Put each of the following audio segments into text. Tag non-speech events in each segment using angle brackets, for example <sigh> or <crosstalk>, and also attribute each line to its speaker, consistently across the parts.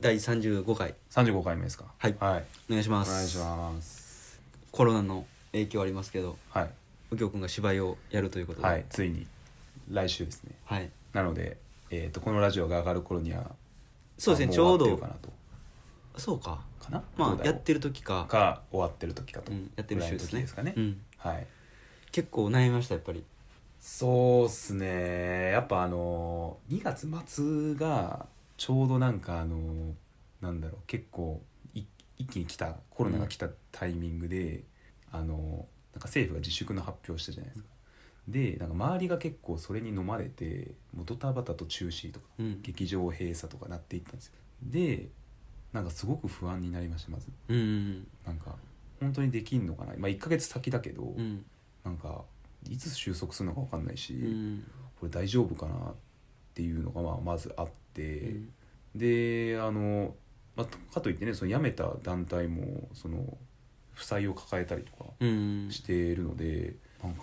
Speaker 1: 第35回
Speaker 2: 35回目ですか
Speaker 1: はい
Speaker 2: はい、
Speaker 1: お願いしま
Speaker 2: お
Speaker 1: す
Speaker 2: 願いします
Speaker 1: コロナの影響ありますけど
Speaker 2: はい、
Speaker 1: 右京君が芝居をやるということで
Speaker 2: は、
Speaker 1: はい
Speaker 2: ついに来週ですね
Speaker 1: はい
Speaker 2: なので、えー、とこのラジオが上がる頃には
Speaker 1: そうですね
Speaker 2: あ
Speaker 1: ちょう
Speaker 2: も終わってる
Speaker 1: ど
Speaker 2: かなと
Speaker 1: そうか
Speaker 2: かなど
Speaker 1: ま
Speaker 2: う
Speaker 1: あ
Speaker 2: だろ
Speaker 1: や
Speaker 2: う
Speaker 1: ってる時か
Speaker 2: か終わってる時かと、
Speaker 1: うん、やってる週ですね
Speaker 2: ぐらいの時ですかね、
Speaker 1: うん、
Speaker 2: はい
Speaker 1: 結構悩みましたやっぱり
Speaker 2: そうっすねやっぱあの2月末がちょうどなんかあのなんだろう結構い一気に来たコロナが来たタイミングで、あのなんか政府が自粛の発表したじゃないですか。でなんか周りが結構それに飲まれてもうドタバタと中止とか
Speaker 1: うん
Speaker 2: 劇場閉鎖とかなっていったんですよ。でなんかすごく不安になりましたまず
Speaker 1: うんうん
Speaker 2: なんか本当にできんのかな、まあ、1ヶ月先だけど、
Speaker 1: うん
Speaker 2: なんかいつ収束するのか分かんないし。
Speaker 1: うん
Speaker 2: これ大丈夫かなっていうのがまあまずあって、
Speaker 1: うん
Speaker 2: であの、まあ、かといってねその辞めた団体もその負債を抱えたりとか
Speaker 1: うん
Speaker 2: しているので、なんか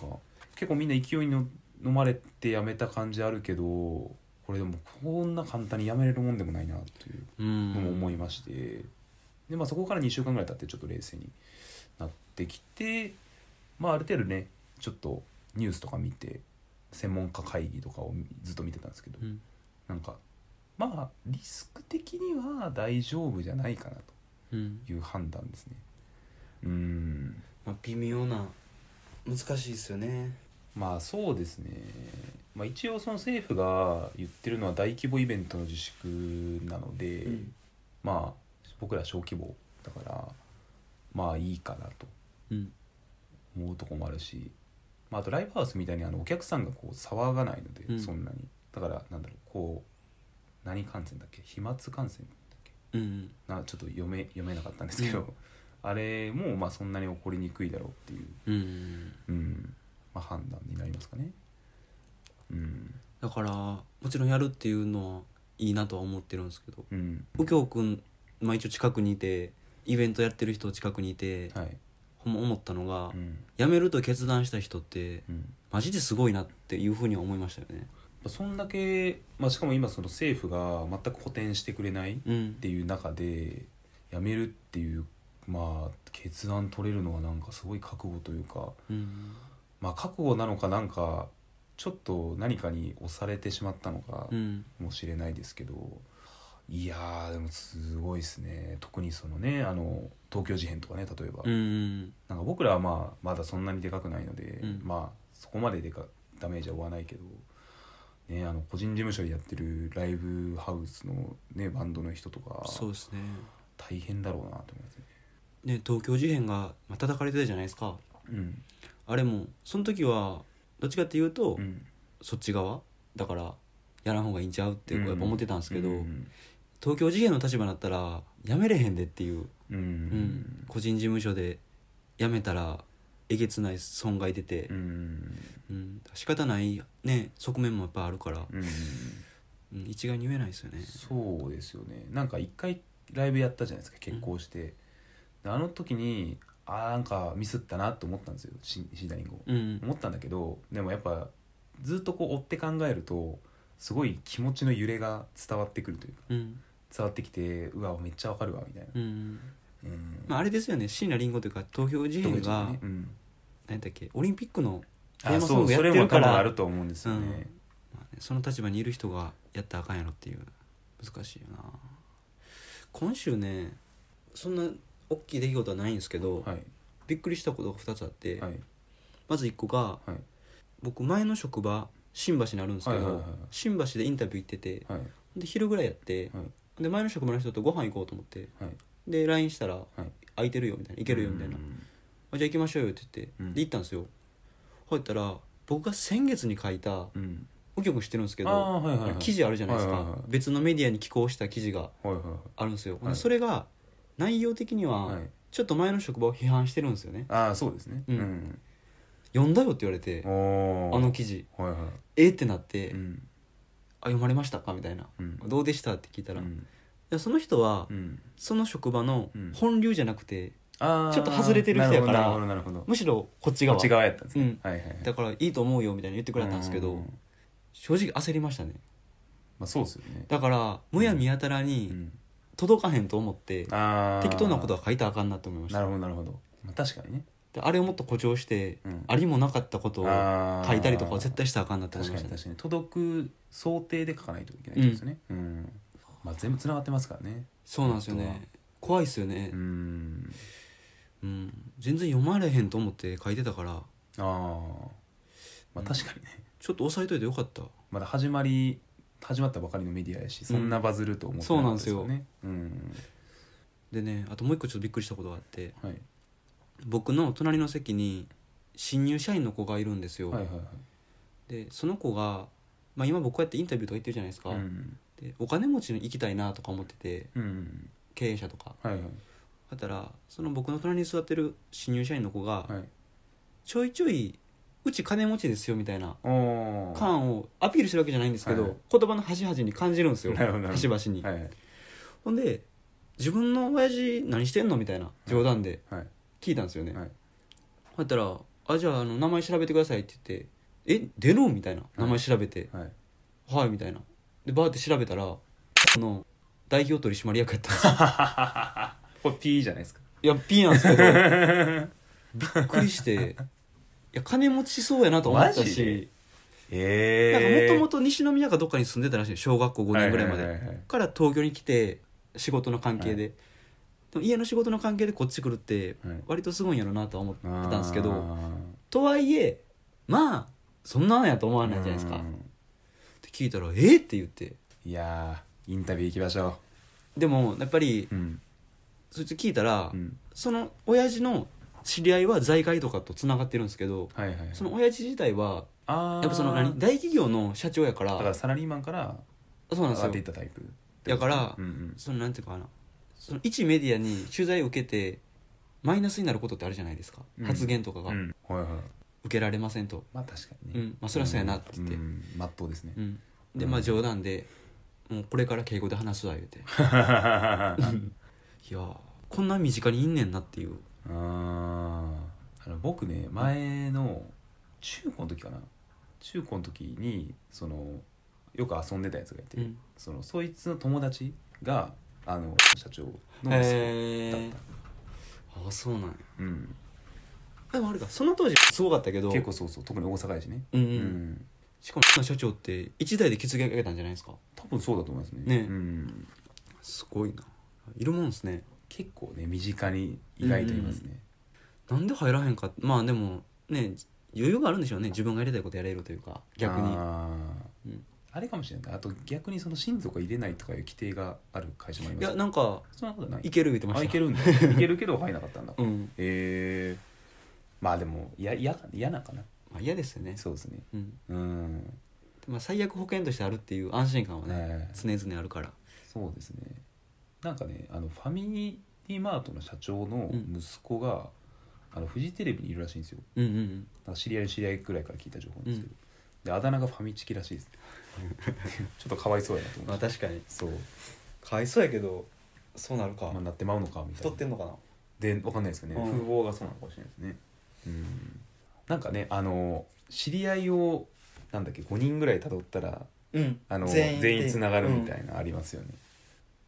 Speaker 2: 結構みんな勢いにの飲まれて辞めた感じあるけどこれでもこんな簡単に辞めれるもんでもないなとい
Speaker 1: う
Speaker 2: う
Speaker 1: ん
Speaker 2: のも思いまして、でまあ、そこから2週間ぐらい経ってちょっと冷静になってきて、まあ、ある程度ねちょっとニュースとか見て専門家会議とかをずっと見てたんですけど、
Speaker 1: うん
Speaker 2: なんかまあリスク的には大丈夫じゃないかな
Speaker 1: うん
Speaker 2: という判断ですね。うん
Speaker 1: まあ微妙な難しいですよね
Speaker 2: まあそうですね、まあ、一応その政府が言ってるのは大規模イベントの自粛なので、
Speaker 1: うん
Speaker 2: まあ僕ら小規模だからまあいいかなと
Speaker 1: うん
Speaker 2: 思うとこもあるし、まあ、あとライブハウスみたいにあのお客さんがこう騒がないので、
Speaker 1: うん
Speaker 2: そんなにだからなんだろうこう何感染だっけ飛沫感染だっけ
Speaker 1: うん
Speaker 2: なちょっと読め読めなかったんですけど、
Speaker 1: うん
Speaker 2: あれもまあそんなに起こりにくいだろうっていう、
Speaker 1: うん
Speaker 2: うんまあ、判断になりますかね。うん
Speaker 1: だからもちろんやるっていうのはいいなとは思ってるんですけど
Speaker 2: うん
Speaker 1: 右京君、まあ、一応近くにいてイベントやってる人近くにいて、
Speaker 2: はい
Speaker 1: ほんま思ったのが、
Speaker 2: うん
Speaker 1: 辞めると決断した人って
Speaker 2: うん
Speaker 1: マジですごいなっていうふうには思いましたよね
Speaker 2: そんだけ、まあ、しかも今その政府が全く補填してくれないっ
Speaker 1: うん
Speaker 2: ていう中で辞めるっていう、まあ、決断取れるのはなんかすごい覚悟というか、
Speaker 1: うん
Speaker 2: まあ、覚悟なのかなんかちょっと何かに押されてしまったのか
Speaker 1: うん
Speaker 2: もしれないですけど、いやーでもすごいですね特にそのねあの東京事変とかね例えば、
Speaker 1: うん
Speaker 2: なんか僕らはまあまだそんなにでかくないので、
Speaker 1: うん
Speaker 2: まあそこまででかダメージは負わないけど、ね、あの個人事務所でやってるライブハウスの、ね、バンドの人とか
Speaker 1: そうですね
Speaker 2: 大変だろうなと思いますね。
Speaker 1: ね東京事変がまあ叩かれてたじゃないですか
Speaker 2: うん
Speaker 1: あれもその時はどっちかっていうと、
Speaker 2: うん、
Speaker 1: そっち側だからやらん方がいいんちゃうってやっぱ思ってたんですけど、
Speaker 2: うんうん
Speaker 1: 東京事変の立場になったら辞めれへんでっていう
Speaker 2: う
Speaker 1: うん
Speaker 2: ん、
Speaker 1: 個人事務所で辞めたらえげつない損害出て
Speaker 2: う、ん
Speaker 1: うん仕方ない、ね、側面もやっぱあるから、
Speaker 2: うん
Speaker 1: うん一概に言えないですよね。
Speaker 2: そうですよねなんか一回ライブやったじゃないですか結婚して、であの時にあーなんかミスったなと思ったんですよしシダリンゴ
Speaker 1: うん、
Speaker 2: 思ったんだけどでもやっぱずっとこう追って考えるとすごい気持ちの揺れが伝わってくるというか
Speaker 1: うん
Speaker 2: 伝わってきてうわめっちゃわかるわみたいな、
Speaker 1: うん
Speaker 2: うん
Speaker 1: まあ、あれですよね椎名林檎というか東京事
Speaker 2: 特
Speaker 1: 変
Speaker 2: に
Speaker 1: が、
Speaker 2: ねうん、
Speaker 1: 何だっけオリンピックのテー
Speaker 2: あ
Speaker 1: マソ
Speaker 2: そ
Speaker 1: ン
Speaker 2: う
Speaker 1: グやっ
Speaker 2: そ
Speaker 1: て
Speaker 2: れも
Speaker 1: るか
Speaker 2: 多分
Speaker 1: ら
Speaker 2: あると思うんですよね、
Speaker 1: まあねその立場にいる人がやったらあかんやろっていう難しいよな今週ねそんな大きい出来事はないんですけど、
Speaker 2: はい
Speaker 1: びっくりしたことが2つあって、
Speaker 2: はい
Speaker 1: まず1個が、
Speaker 2: はい
Speaker 1: 僕前の職場新橋にあるんですけど、
Speaker 2: はいはいはいはい
Speaker 1: 新橋でインタビュー行ってて
Speaker 2: はい
Speaker 1: で昼ぐらいやって、
Speaker 2: は
Speaker 1: で前の職場の人とご飯行こうと思って
Speaker 2: はい
Speaker 1: で LINE したら、
Speaker 2: い
Speaker 1: 空いてるよ」みたいな「行けるよ」みたいな
Speaker 2: うん
Speaker 1: あじゃあ行きましょうよって言って、
Speaker 2: うん
Speaker 1: で行ったんですよほいったら僕が先月に書いた
Speaker 2: うん
Speaker 1: 右京君知ってるんですけど、
Speaker 2: あーはいはいはい
Speaker 1: 記事あるじゃないですか、
Speaker 2: はいはいはい
Speaker 1: 別のメディアに寄稿した記事が
Speaker 2: はいはいはい
Speaker 1: あるんですよ、
Speaker 2: はい
Speaker 1: それが内容的には
Speaker 2: はい
Speaker 1: ちょっと前の職場を批判してるんですよね
Speaker 2: ああそうですね
Speaker 1: うん
Speaker 2: ん、
Speaker 1: 読んだよって言われて
Speaker 2: おー
Speaker 1: あの記事
Speaker 2: はいは
Speaker 1: えーってなって、
Speaker 2: いうん
Speaker 1: あ読まれましたかみたいな、
Speaker 2: うん
Speaker 1: どうでしたって聞いたら、
Speaker 2: う
Speaker 1: い
Speaker 2: ん
Speaker 1: やその人は、
Speaker 2: うん
Speaker 1: その職場の
Speaker 2: うん
Speaker 1: 本流じゃなくて、
Speaker 2: あー
Speaker 1: ちょっと外れてる人やから
Speaker 2: なるほどなるほどなるほ
Speaker 1: むしろこっち
Speaker 2: ど
Speaker 1: 側
Speaker 2: こっち側やったんですね、
Speaker 1: うん
Speaker 2: はいはいはい
Speaker 1: だからいいと思うよみたいな言ってくれたんですけど、
Speaker 2: うま
Speaker 1: 正直焦りましたね
Speaker 2: あそうですよね
Speaker 1: だからむやみやたらに
Speaker 2: うん
Speaker 1: 届かへんと思って
Speaker 2: あー
Speaker 1: 適当なことは書いたらあかんなと思いまし
Speaker 2: な
Speaker 1: た
Speaker 2: るほどなるほど、まあ、確かにね、
Speaker 1: であれをもっと誇張して、
Speaker 2: うん
Speaker 1: ありもなかったことを
Speaker 2: あー
Speaker 1: 書いたりとかは絶対したらあかんなって思い
Speaker 2: 確
Speaker 1: ま
Speaker 2: か
Speaker 1: し
Speaker 2: に
Speaker 1: たね
Speaker 2: 確かに届く想定で書かないといけないですよね、うんまあ、全部つながってますからね
Speaker 1: そうなんですよ
Speaker 2: 本当
Speaker 1: ね怖いですよね
Speaker 2: う、ん
Speaker 1: うん全然読まれへんと思って書いてたから
Speaker 2: あーまあ確かにね、
Speaker 1: ちょっと押さえといてよかった
Speaker 2: まだ始まり始まったばかりのメディアやしそんなバズると思ってかったねうん
Speaker 1: でねあともう一個ちょっとびっくりしたことがあって
Speaker 2: はい
Speaker 1: 僕の隣の席に新入社員の子がいるんですよ、
Speaker 2: はいはい
Speaker 1: でその子が、まあ、今僕こうやってインタビューとか行ってるじゃないですか、
Speaker 2: はいうん
Speaker 1: でお金持ちに行きたいなとか思ってて
Speaker 2: うん
Speaker 1: 経営者とか
Speaker 2: はいはい
Speaker 1: だったらその僕の隣に座ってる新入社員の子が、
Speaker 2: はい
Speaker 1: ちょいちょいうち金持ちですよみたいな
Speaker 2: おー
Speaker 1: 感をアピールしてるわけじゃないんですけど、
Speaker 2: はい
Speaker 1: 言葉の端々に感じるんですよ
Speaker 2: なるほ
Speaker 1: 端
Speaker 2: どなるほど
Speaker 1: 々に、
Speaker 2: はいはい
Speaker 1: ほんで自分の親父何してんのみたいな冗談で
Speaker 2: はい
Speaker 1: 聞いたんですよね、
Speaker 2: はい
Speaker 1: だったら「あじゃああの名前調べてください」って言って「え出の?」みたいな名前調べて
Speaker 2: はい
Speaker 1: 「はい」みたいなでバーって調べたらその代表取締役やったんですよ
Speaker 2: これ P じゃないですか
Speaker 1: いやピーなんですけど
Speaker 2: <laughs>
Speaker 1: びっくりしていや金持ちそうやなと思った
Speaker 2: マジで
Speaker 1: しなんかも
Speaker 2: え
Speaker 1: とも
Speaker 2: と
Speaker 1: と西宮かどっかに住んでたらしい小学校5年ぐらいまで、から東京に来て仕事の関係で、でも家の仕事の関係でこっち来るって
Speaker 2: はい
Speaker 1: 割とすごいんやろなとは思ってたんですけど、とはいえまあそんなんやと思わないじゃないですか、
Speaker 2: う
Speaker 1: っ
Speaker 2: ん
Speaker 1: て聞いたら「えっ?」って言って
Speaker 2: いやーインタビュー行きましょ
Speaker 1: でもやっぱり
Speaker 2: ううん
Speaker 1: そいつ聞いたら、
Speaker 2: うん
Speaker 1: その親父の知り合いは財界とかとつながってるんですけど
Speaker 2: はいはいはい
Speaker 1: その親父自体は
Speaker 2: あー
Speaker 1: やっぱその何大企業の社長やか
Speaker 2: だから
Speaker 1: ら
Speaker 2: サラリーマンから
Speaker 1: そうなんで
Speaker 2: 上がっ
Speaker 1: す
Speaker 2: ていっ
Speaker 1: よ
Speaker 2: たタイプ
Speaker 1: だから
Speaker 2: うんうん
Speaker 1: そのなんていうかなその一メディアに取材を受けてマイナスになることってあるじゃないですか、
Speaker 2: うん
Speaker 1: 発言とかが、
Speaker 2: うんはいはい
Speaker 1: 受けられませんと、
Speaker 2: まあ確かに
Speaker 1: う
Speaker 2: ね
Speaker 1: んまあ、それはそうやなって言って、
Speaker 2: うんうんまっとうですね
Speaker 1: うんでまあ冗談で「もうこれから敬語で話すわ」言う
Speaker 2: <laughs>
Speaker 1: て
Speaker 2: <laughs> あ
Speaker 1: いやーこんな身近にいんねんなっていう
Speaker 2: ーあの僕ね前の中高の時かな中高の時にそのよく遊んでたやつがいて、
Speaker 1: うん
Speaker 2: そのそいつの友達があの社長の息
Speaker 1: へ
Speaker 2: 子だっ
Speaker 1: えああそうなんや
Speaker 2: た、うん、
Speaker 1: でもあれかその当時すごかったけど
Speaker 2: 結構そうそう特に大阪やしね、
Speaker 1: うん、う
Speaker 2: うん
Speaker 1: ん、しかも社長って一代で築き上げたんじゃないですか
Speaker 2: 多分そうだと思いますね
Speaker 1: ね
Speaker 2: うん、
Speaker 1: すごいないるもんですね
Speaker 2: 結構ね身近に意外といますね、
Speaker 1: なんで入らへんかまあでもね余裕があるんでしょうね自分がやりたいことやれるというか逆に
Speaker 2: あ,、
Speaker 1: うん
Speaker 2: あれかもしれないあと逆にその親族が入れないとかいう規定がある会社もあり
Speaker 1: い
Speaker 2: ます
Speaker 1: やなんか
Speaker 2: そんなことない
Speaker 1: いける言ってまし
Speaker 2: あ
Speaker 1: た
Speaker 2: い
Speaker 1: <laughs>
Speaker 2: けるんだいけるけど入らなかったんだへ
Speaker 1: うん
Speaker 2: えまあでもいや嫌か嫌なんかな
Speaker 1: まあ嫌ですよね
Speaker 2: そうですね
Speaker 1: うん
Speaker 2: うん、
Speaker 1: まあ、最悪保険としてあるっていう安心感はね、
Speaker 2: ね、
Speaker 1: 常々あるから
Speaker 2: そうですねなんかねあのファミリーマートの社長の息子が、あのフジテレビにいるらしいんですよ
Speaker 1: うんうんうん
Speaker 2: なんか知り合いの知り合いくらいから聞いた情報なんですけど、であだ名がファミチキらしい
Speaker 1: <laughs>
Speaker 2: ですちょっとかわいそうやなと思って、
Speaker 1: まあ確かに
Speaker 2: そう、
Speaker 1: かわいそうやけどそうなるか
Speaker 2: まあ、なってまうのかみたいな
Speaker 1: てんのかな
Speaker 2: でわかんないですけどね、
Speaker 1: うん
Speaker 2: 風貌がそうなのかもしれないですねうんなんかねあの知り合いをなんだっけ5人ぐらい辿ったら
Speaker 1: うん
Speaker 2: あの
Speaker 1: 全
Speaker 2: 全
Speaker 1: 員
Speaker 2: 員つながるみたいなありますよね、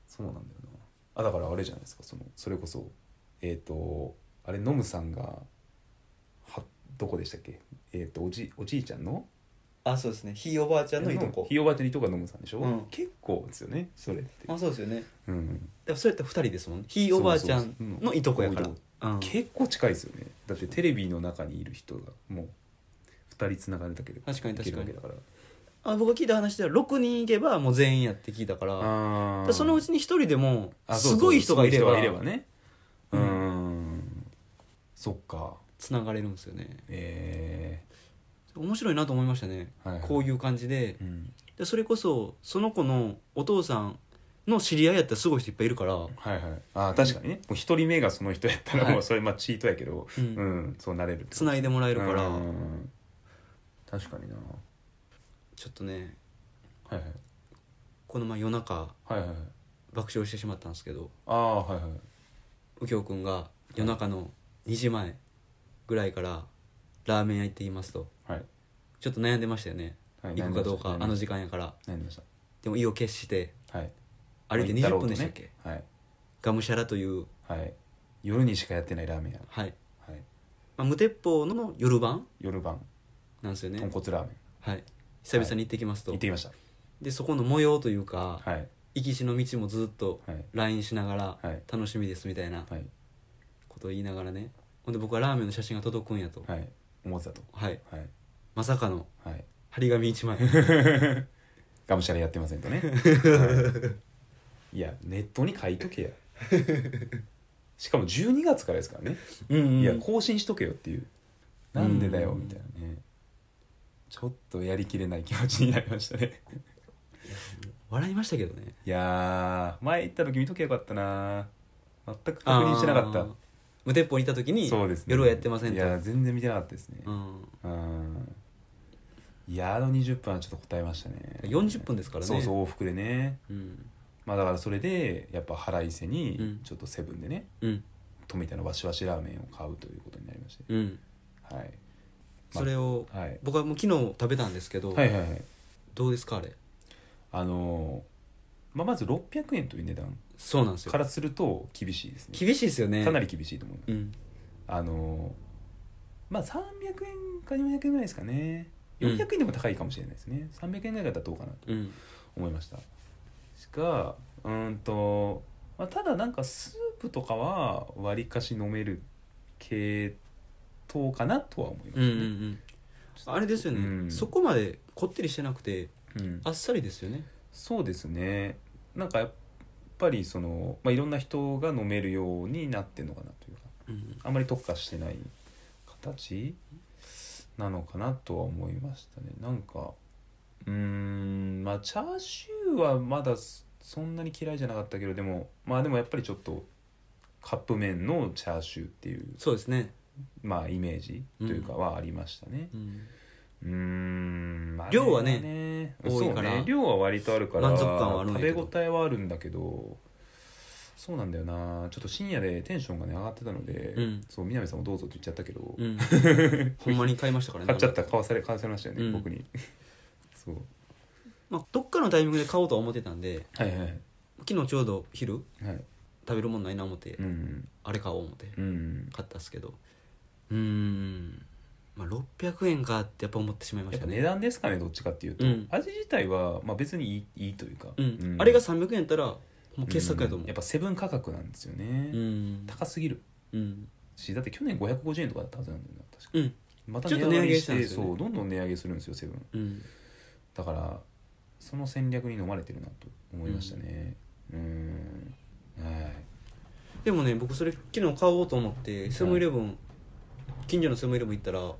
Speaker 2: そうなんだよなあだからあれじゃないですかそのそれこそえっ、とあれノムさんがはどこでしたっけえっ、とおじおじいちゃんの
Speaker 1: あそうですねひいおばあち
Speaker 2: ひいおばあちゃんのいとこがノムさんでしょ、
Speaker 1: うん
Speaker 2: 結構ですよねそれって、
Speaker 1: あそうですよね
Speaker 2: うん、
Speaker 1: でもそれって二人ですもんねひいおばあちゃんのいとこやから
Speaker 2: そうそう
Speaker 1: うん
Speaker 2: 結構近いですよねだってテレビの中にいる人がもう2人つながれたけど
Speaker 1: 確かに確かに
Speaker 2: だから
Speaker 1: あ僕が聞いた話では6人いけばもう全員やって聞いたから
Speaker 2: あ
Speaker 1: でそのう
Speaker 2: ち
Speaker 1: ちに一人でもすごい人がいれば
Speaker 2: ねう
Speaker 1: うんん
Speaker 2: そっか
Speaker 1: つながれるんですよね
Speaker 2: え
Speaker 1: 面白いなと思いましたね
Speaker 2: ーはい
Speaker 1: こう
Speaker 2: い
Speaker 1: いう感じで
Speaker 2: う、ん、
Speaker 1: でそれこそその子のお父さんの知り合いやったらすごい人いっぱいいるから、う
Speaker 2: はいはいあー確かにねもう1人目がその人やったら
Speaker 1: はい
Speaker 2: もうそれまあチートやけど、うん
Speaker 1: ん
Speaker 2: そうなれる
Speaker 1: 繋いでもらえ
Speaker 2: え
Speaker 1: るから、
Speaker 2: 確かにな
Speaker 1: ちょっとね
Speaker 2: はいはい
Speaker 1: この前夜中
Speaker 2: はいはいはい
Speaker 1: 爆笑してしまったんですけど
Speaker 2: ああはいはい
Speaker 1: 右京君が夜中の2時前ぐらいからラーメン屋行ってきますと
Speaker 2: はい、
Speaker 1: ちょっと悩んでましたよね
Speaker 2: はい、
Speaker 1: 行くかどうか
Speaker 2: 悩
Speaker 1: あ
Speaker 2: み
Speaker 1: の
Speaker 2: まし
Speaker 1: 時間やから
Speaker 2: た悩みまし
Speaker 1: でも意を決して
Speaker 2: たはい
Speaker 1: 「歩いて
Speaker 2: ま
Speaker 1: 20分
Speaker 2: あ行たろうとね
Speaker 1: でしたっけ、
Speaker 2: はい
Speaker 1: がむしゃらという、
Speaker 2: はい夜にしかやってないラーメン屋、
Speaker 1: はい
Speaker 2: はい、
Speaker 1: まあ、無鉄砲の夜晩
Speaker 2: 夜晩
Speaker 1: なんですよ
Speaker 2: 豚
Speaker 1: ね、
Speaker 2: 骨ラーメン
Speaker 1: はい、久々に行ってきますと、
Speaker 2: 行ってきました
Speaker 1: でそこの模様というか、
Speaker 2: はい
Speaker 1: 行きしの道もずっと
Speaker 2: はい
Speaker 1: LINE しながら
Speaker 2: はい
Speaker 1: 楽しみですみたいな
Speaker 2: はい
Speaker 1: ことを言いながらねほんで僕はラーメンの写真が届くんやと
Speaker 2: はい思ってたと
Speaker 1: はい
Speaker 2: はい
Speaker 1: まさかの
Speaker 2: はい
Speaker 1: 張り紙一
Speaker 2: <laughs>
Speaker 1: 枚
Speaker 2: がむしゃらやってませんとね、はい、いやネットに書い
Speaker 1: <laughs>
Speaker 2: とけやしかも12月からですからね、
Speaker 1: うん、うん、
Speaker 2: いや更新しとけよっていうなんでだよ
Speaker 1: うん
Speaker 2: みたいなねちょっとやりきれない気持ちになりましたね
Speaker 1: 笑いましたけどね
Speaker 2: いやー前行った時見とけばよかったな全く確認してなかっ
Speaker 1: あー
Speaker 2: た
Speaker 1: 無鉄砲にいた時に
Speaker 2: そうですね
Speaker 1: 夜はやってません
Speaker 2: い
Speaker 1: と
Speaker 2: や全然見てなかったですね
Speaker 1: うん、
Speaker 2: うんいやあの20分はちょっと答えましたね
Speaker 1: 40分ですからね
Speaker 2: そうそう往復でね
Speaker 1: うん
Speaker 2: まあだからそれでやっぱ腹いせ
Speaker 1: う
Speaker 2: に
Speaker 1: ん
Speaker 2: ちょっとセブンでね、
Speaker 1: うん
Speaker 2: 富田のわしわしラーメンを買うということになりまして、
Speaker 1: うん
Speaker 2: はい
Speaker 1: それを
Speaker 2: はい、
Speaker 1: 僕はもう昨日食べたんですけど、
Speaker 2: はいはいはい
Speaker 1: どうですかあれ
Speaker 2: あのーまあ、まず600円という値段
Speaker 1: そうなんですよ
Speaker 2: からすると厳しいですね
Speaker 1: 厳しいですよね
Speaker 2: かなり厳しいと思う
Speaker 1: うん
Speaker 2: あのーまあ300円か400円ぐらいですかね400円でも高いかもしれないですね、300円ぐらいだったらどうかなと
Speaker 1: うん
Speaker 2: 思いましたしかうーんと、まあ、ただなんかスープとかはわりかし飲める系統かなとは思い
Speaker 1: う
Speaker 2: ま
Speaker 1: んうんう
Speaker 2: すね
Speaker 1: んあれですよね、
Speaker 2: うん
Speaker 1: そこまでこってりしてなくて
Speaker 2: うん
Speaker 1: あっさりですよね
Speaker 2: そうですねなんかやっぱりその、まあ、いろんな人が飲めるようになってるのかなというか
Speaker 1: うん
Speaker 2: あんまり特化してない形なのかなとは思いましたねなんかうーんまあチャーシューはまだそそんなに嫌いじゃなかったけどでもまあでもやっぱりちょっとカップ麺のチャーシューっていう
Speaker 1: そうですね、
Speaker 2: まあイメージというかはありましたね
Speaker 1: うん
Speaker 2: うーん、まあ
Speaker 1: 量はね
Speaker 2: そう
Speaker 1: 多いから
Speaker 2: ね量は割とあるから
Speaker 1: 満足感はあるんやけど
Speaker 2: 食べ応えはあるんだけどそうなんだよなちょっと深夜でテンションがね上がってたので、
Speaker 1: うん
Speaker 2: そう南さんもどうぞって言っちゃったけど、
Speaker 1: うん
Speaker 2: <laughs>
Speaker 1: ほんまに買いましたからね
Speaker 2: 買っちゃった買わされ買わされましたよね、
Speaker 1: うん
Speaker 2: 僕に <laughs> そう
Speaker 1: まあ、どっかのタイミングで買おうとは思ってたんで
Speaker 2: はいはいはい
Speaker 1: 昨日ちょうど昼
Speaker 2: はい
Speaker 1: 食べるもんないな思って、
Speaker 2: うん
Speaker 1: あれ買おう思って
Speaker 2: うん
Speaker 1: 買ったっすけどうーん、まあ、600円かってやっぱ思ってしまいま
Speaker 2: や
Speaker 1: し
Speaker 2: ったぱ
Speaker 1: ね
Speaker 2: 値段ですかねどっちかっていうと、
Speaker 1: うん
Speaker 2: 味自体は、まあ、別にいいいいというか、
Speaker 1: うんあれが
Speaker 2: も
Speaker 1: 300円やったらもう傑作やと思う
Speaker 2: やっぱセブン価格なんですよね、
Speaker 1: うん
Speaker 2: 高すぎる
Speaker 1: うん、
Speaker 2: しだって去年550円とかだったはずなんだよな確か
Speaker 1: うん
Speaker 2: また
Speaker 1: ちょ
Speaker 2: 値
Speaker 1: っと
Speaker 2: 上が
Speaker 1: 値上げ
Speaker 2: りし
Speaker 1: したん
Speaker 2: て
Speaker 1: ですよね
Speaker 2: そうどんどん値上げするんですよセブン
Speaker 1: うん、
Speaker 2: だからその戦略に飲まれてるなと思いましたねうんはい
Speaker 1: でもね僕それ昨日買おうと思ってセブンイレブン近所のセブンイレブン行ったら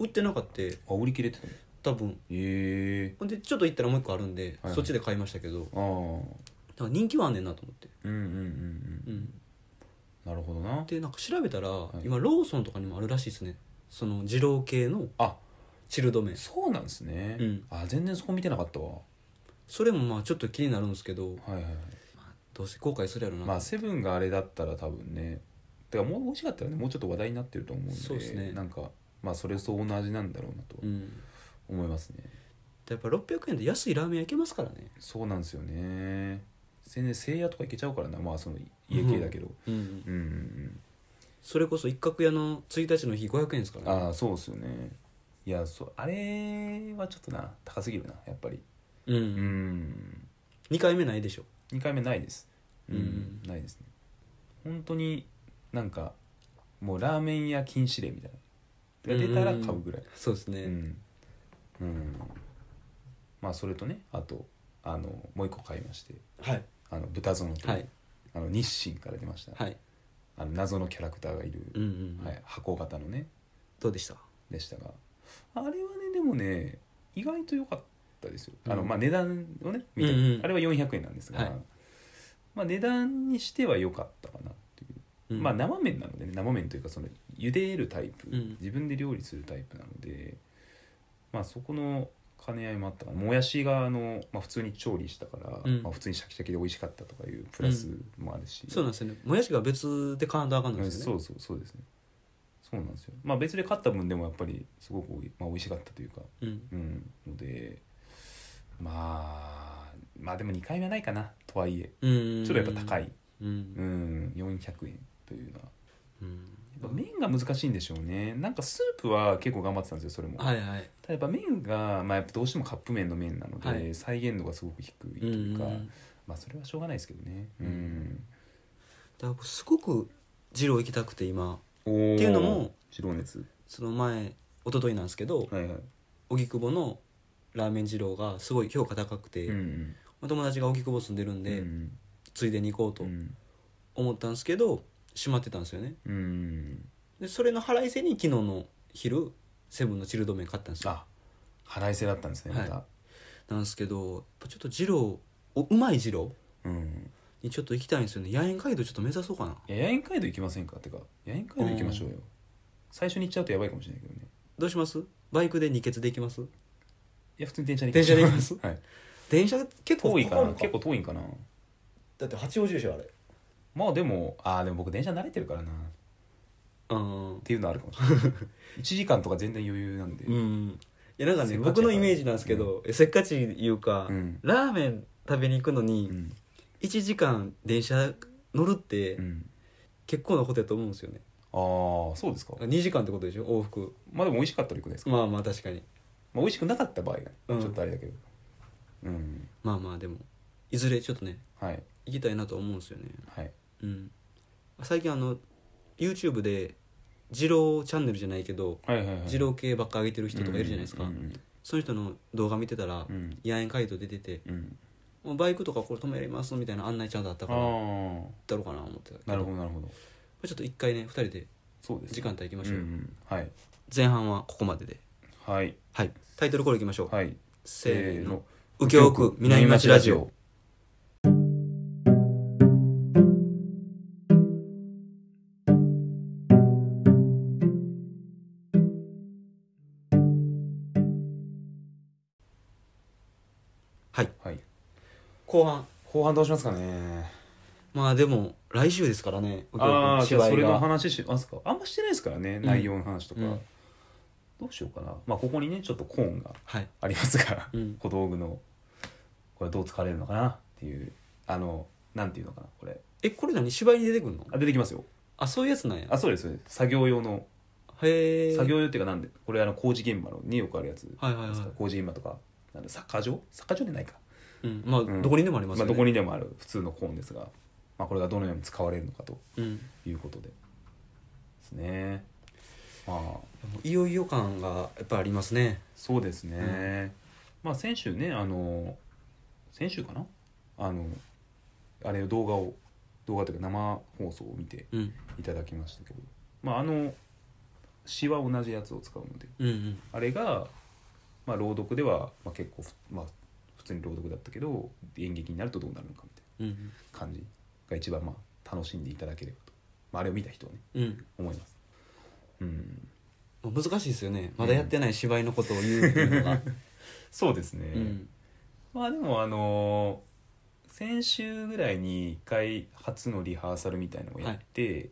Speaker 1: 売ってなかった
Speaker 2: あ売り切れてたの
Speaker 1: 多分
Speaker 2: ええ
Speaker 1: ほんでちょっと行ったらもう一個あるんで、
Speaker 2: はい
Speaker 1: そっちで買いましたけどだ
Speaker 2: ああうん
Speaker 1: から人気はあんねんなと思って、
Speaker 2: うんうんう
Speaker 1: うんん、
Speaker 2: なるほどな
Speaker 1: でなんか調べたら、
Speaker 2: い
Speaker 1: 今ローソンとかにもあるらしいですねその二郎系の
Speaker 2: あ
Speaker 1: チルド麺
Speaker 2: そうなんですね、
Speaker 1: うん
Speaker 2: あ全然そこ見てなかったわ
Speaker 1: それもまあちょっと気になるんですけど
Speaker 2: はいはいはい
Speaker 1: どうせ後悔するやろな、
Speaker 2: まあセブンがあれだったら多分ねてかもう美味しかったらねもうちょっと話題になってると思うんで
Speaker 1: そうですね
Speaker 2: なんかまあそれ相応の味なんだろうなと
Speaker 1: うん、
Speaker 2: 思いますね、
Speaker 1: やっぱ600円で安いラーメン屋行けますからね
Speaker 2: そうなんですよね全然せいやとかいけちゃうからなまあその家系だけど
Speaker 1: うん
Speaker 2: うん、うん
Speaker 1: それこそ一角屋の1日の日500円ですか
Speaker 2: うん、
Speaker 1: らね
Speaker 2: ああそうですよねいやそうあれはちょっとな高すぎるなやっぱり
Speaker 1: うん、
Speaker 2: うん
Speaker 1: 2回目ないでしょ
Speaker 2: 2回目ないですうん、
Speaker 1: うん
Speaker 2: ないですね本当になんかもうラーメン屋禁止令みたいなが出たら買うぐらい
Speaker 1: そうです
Speaker 2: う
Speaker 1: ね、
Speaker 2: ん、うんまあそれとねあとあのもう一個買いまして
Speaker 1: はい
Speaker 2: あの豚園と、
Speaker 1: はい
Speaker 2: あの日清から出ました、
Speaker 1: はい
Speaker 2: あの謎のキャラクターがいる、
Speaker 1: うんうん、
Speaker 2: はい、箱型のね
Speaker 1: どうでした
Speaker 2: でしたがあれはねでもね意外と良かったですよ、あの
Speaker 1: うん
Speaker 2: まあ値段をね見て、
Speaker 1: うんうん
Speaker 2: あれは400円なんですが、
Speaker 1: はい
Speaker 2: まあ値段にしては良かったかなっていう、
Speaker 1: うん
Speaker 2: まあ生麺なのでね生麺というかその茹でるタイプ、
Speaker 1: うん
Speaker 2: 自分で料理するタイプなのでまあそこの兼ね合いもあったかなもやしがあの、まあ、普通に調理したから、
Speaker 1: うん
Speaker 2: まあ、普通にシャキシャキで美味しかったとかいうプラスもあるし、
Speaker 1: そうなんですよねもやしが別で買わんとあかんの
Speaker 2: はい
Speaker 1: ですよ
Speaker 2: そ
Speaker 1: ね
Speaker 2: うそうそうですねそうなんですよまあ別で買った分でもやっぱりすごくおい、まあ、美味しかったというか
Speaker 1: うん
Speaker 2: うんのでまあまあでも2回目はないかなとはいえ
Speaker 1: うん
Speaker 2: ちょっとやっぱ高い、
Speaker 1: う
Speaker 2: うんん、400円というのは
Speaker 1: うん
Speaker 2: やっぱ麺が難しいんでしょうねなんかスープは結構頑張ってたんですよそれも、
Speaker 1: はいはい
Speaker 2: ただやっぱ麺が、まあ、やっぱどうしてもカップ麺の麺なので、
Speaker 1: はい
Speaker 2: 再現度がすごく低いと
Speaker 1: うん
Speaker 2: いううんか、
Speaker 1: うん
Speaker 2: まあそれはしょうがないですけどねう
Speaker 1: うんん、だからすごく二郎行きたくて今
Speaker 2: っ
Speaker 1: っていうのも
Speaker 2: 白熱
Speaker 1: その前一昨日なんですけど
Speaker 2: はいはい、
Speaker 1: 荻窪のラーメン二郎がすごい評価高くて、
Speaker 2: うん
Speaker 1: お友達が荻窪住んでるん
Speaker 2: うん、
Speaker 1: で、
Speaker 2: うん
Speaker 1: ついでに行こうと
Speaker 2: うん
Speaker 1: 思ったんですけど閉まってたんですよね
Speaker 2: うん、
Speaker 1: でそれの腹いせに昨日の昼セブンのチルド麺買ったんですよ
Speaker 2: あ腹いせだったんですねま
Speaker 1: はい
Speaker 2: た、
Speaker 1: なんですけどやっぱちょっと二郎おうまい二郎
Speaker 2: うん
Speaker 1: にちょっと行きたいんですよね野猿街道ちょっと目指そうかない
Speaker 2: や野猿街道行きませんかってか野猿街道行きましょうよ最初に行っちゃうとやばいかもしれないけどね
Speaker 1: どうしますバイクで二決で行きます
Speaker 2: いや普通に電車で
Speaker 1: 電車で行きます
Speaker 2: はい、
Speaker 1: 電車結構
Speaker 2: 遠いかな
Speaker 1: る
Speaker 2: 結構遠いんかな
Speaker 1: だって八王子でしょあれ
Speaker 2: まあでもああでも僕電車慣れてるからなっ
Speaker 1: うん
Speaker 2: ていうのはあるかもし
Speaker 1: <laughs>
Speaker 2: れない一時間とか全然余裕なんで
Speaker 1: うんいやなんか
Speaker 2: せ
Speaker 1: ね
Speaker 2: っかちやから
Speaker 1: 僕のイメージなんですけど、えせっかちいうか、
Speaker 2: うん
Speaker 1: ラーメン食べに行くの
Speaker 2: う
Speaker 1: に
Speaker 2: ん
Speaker 1: 1時間電車乗るって
Speaker 2: うん
Speaker 1: 結構なことやと思うんですよね
Speaker 2: ああそうですか
Speaker 1: 2時間ってことでしょ往復
Speaker 2: まあでも美味しかったら行くないですか、
Speaker 1: まあまあ確かに
Speaker 2: まあ、美味しくなかった場合がね、
Speaker 1: うん
Speaker 2: ちょっとあれだけどうん
Speaker 1: まあまあでもいずれちょっとね
Speaker 2: はい
Speaker 1: 行きたいなとは思うんですよね
Speaker 2: はい
Speaker 1: うん最近あの YouTube で二郎チャンネルじゃないけど
Speaker 2: はいはいはい
Speaker 1: 二郎系ばっか上げてる人とかいるじゃないですか、
Speaker 2: うん
Speaker 1: その人の動画見てたら
Speaker 2: うんうん
Speaker 1: 野猿街道出てて
Speaker 2: うんうん
Speaker 1: 「もうバイクとかこれ止めれます」みたいな案内ちゃんとあった
Speaker 2: あ
Speaker 1: から行ったろうかな思ってたけ
Speaker 2: あなるほどなるほど
Speaker 1: ちょっと一回ね二人で
Speaker 2: そうです
Speaker 1: 時間帯行きましょう、
Speaker 2: うんうんはい
Speaker 1: 前半はここまでで
Speaker 2: はい
Speaker 1: はいタイトルコールいきましょう、
Speaker 2: はい
Speaker 1: せーの「右京区南町ラジオ」はい
Speaker 2: はい
Speaker 1: 後半
Speaker 2: 後半どうしますかね
Speaker 1: まあでも来週ですからね
Speaker 2: ああじゃあ
Speaker 1: 芝居
Speaker 2: それの
Speaker 1: が
Speaker 2: 話しますかあんましてないですからね内容の話とか、
Speaker 1: うん
Speaker 2: どうしようかなまあここにねちょっとコーンが <laughs>
Speaker 1: はい
Speaker 2: ありますが、
Speaker 1: うん
Speaker 2: 小道具のこれどう使われるのかなっていうあのなんていうのかなこれ
Speaker 1: えこれ何芝居に出てくるの
Speaker 2: あ出てきますよ
Speaker 1: あそういうやつなんや
Speaker 2: あそうですそうです作業用の
Speaker 1: へえ
Speaker 2: 作業用っていうかなんでこれあの工事現場のによくあるやつですか、
Speaker 1: はいはいはい
Speaker 2: 工事現場とかなんでサッカー場サッカー場でないか
Speaker 1: うんまあ、
Speaker 2: ん
Speaker 1: どこにでもありますよ
Speaker 2: まあ、
Speaker 1: ね、
Speaker 2: どこにでもある普通のコーンですが、まあ、これがどのように使われるのかと
Speaker 1: うんも
Speaker 2: いうことでですねまあ
Speaker 1: ういよいよ感がやっぱありますね
Speaker 2: そうですね、まあ先週ねあの先週かなあのあれを動画を動画というか生放送を見て
Speaker 1: うん
Speaker 2: いただきましたけど、まあ、あの詩は同じやつを使うので
Speaker 1: うんうん
Speaker 2: あれが、まあ、朗読では、まあ、結構ふ、まあ、普通に朗読だったけど演劇になるとどうなるのかみたい
Speaker 1: うん
Speaker 2: な感じが一番、まあ、楽しんでいただければと、まあ、あれを見た人はね
Speaker 1: うん
Speaker 2: 思います。うん、
Speaker 1: まあ難しいですよねまだやってない芝居のことを言うっていうのが、
Speaker 2: そうですね、
Speaker 1: うん、
Speaker 2: まあでもあのー先週ぐらいに一回初のリハーサルみたいなのをやって、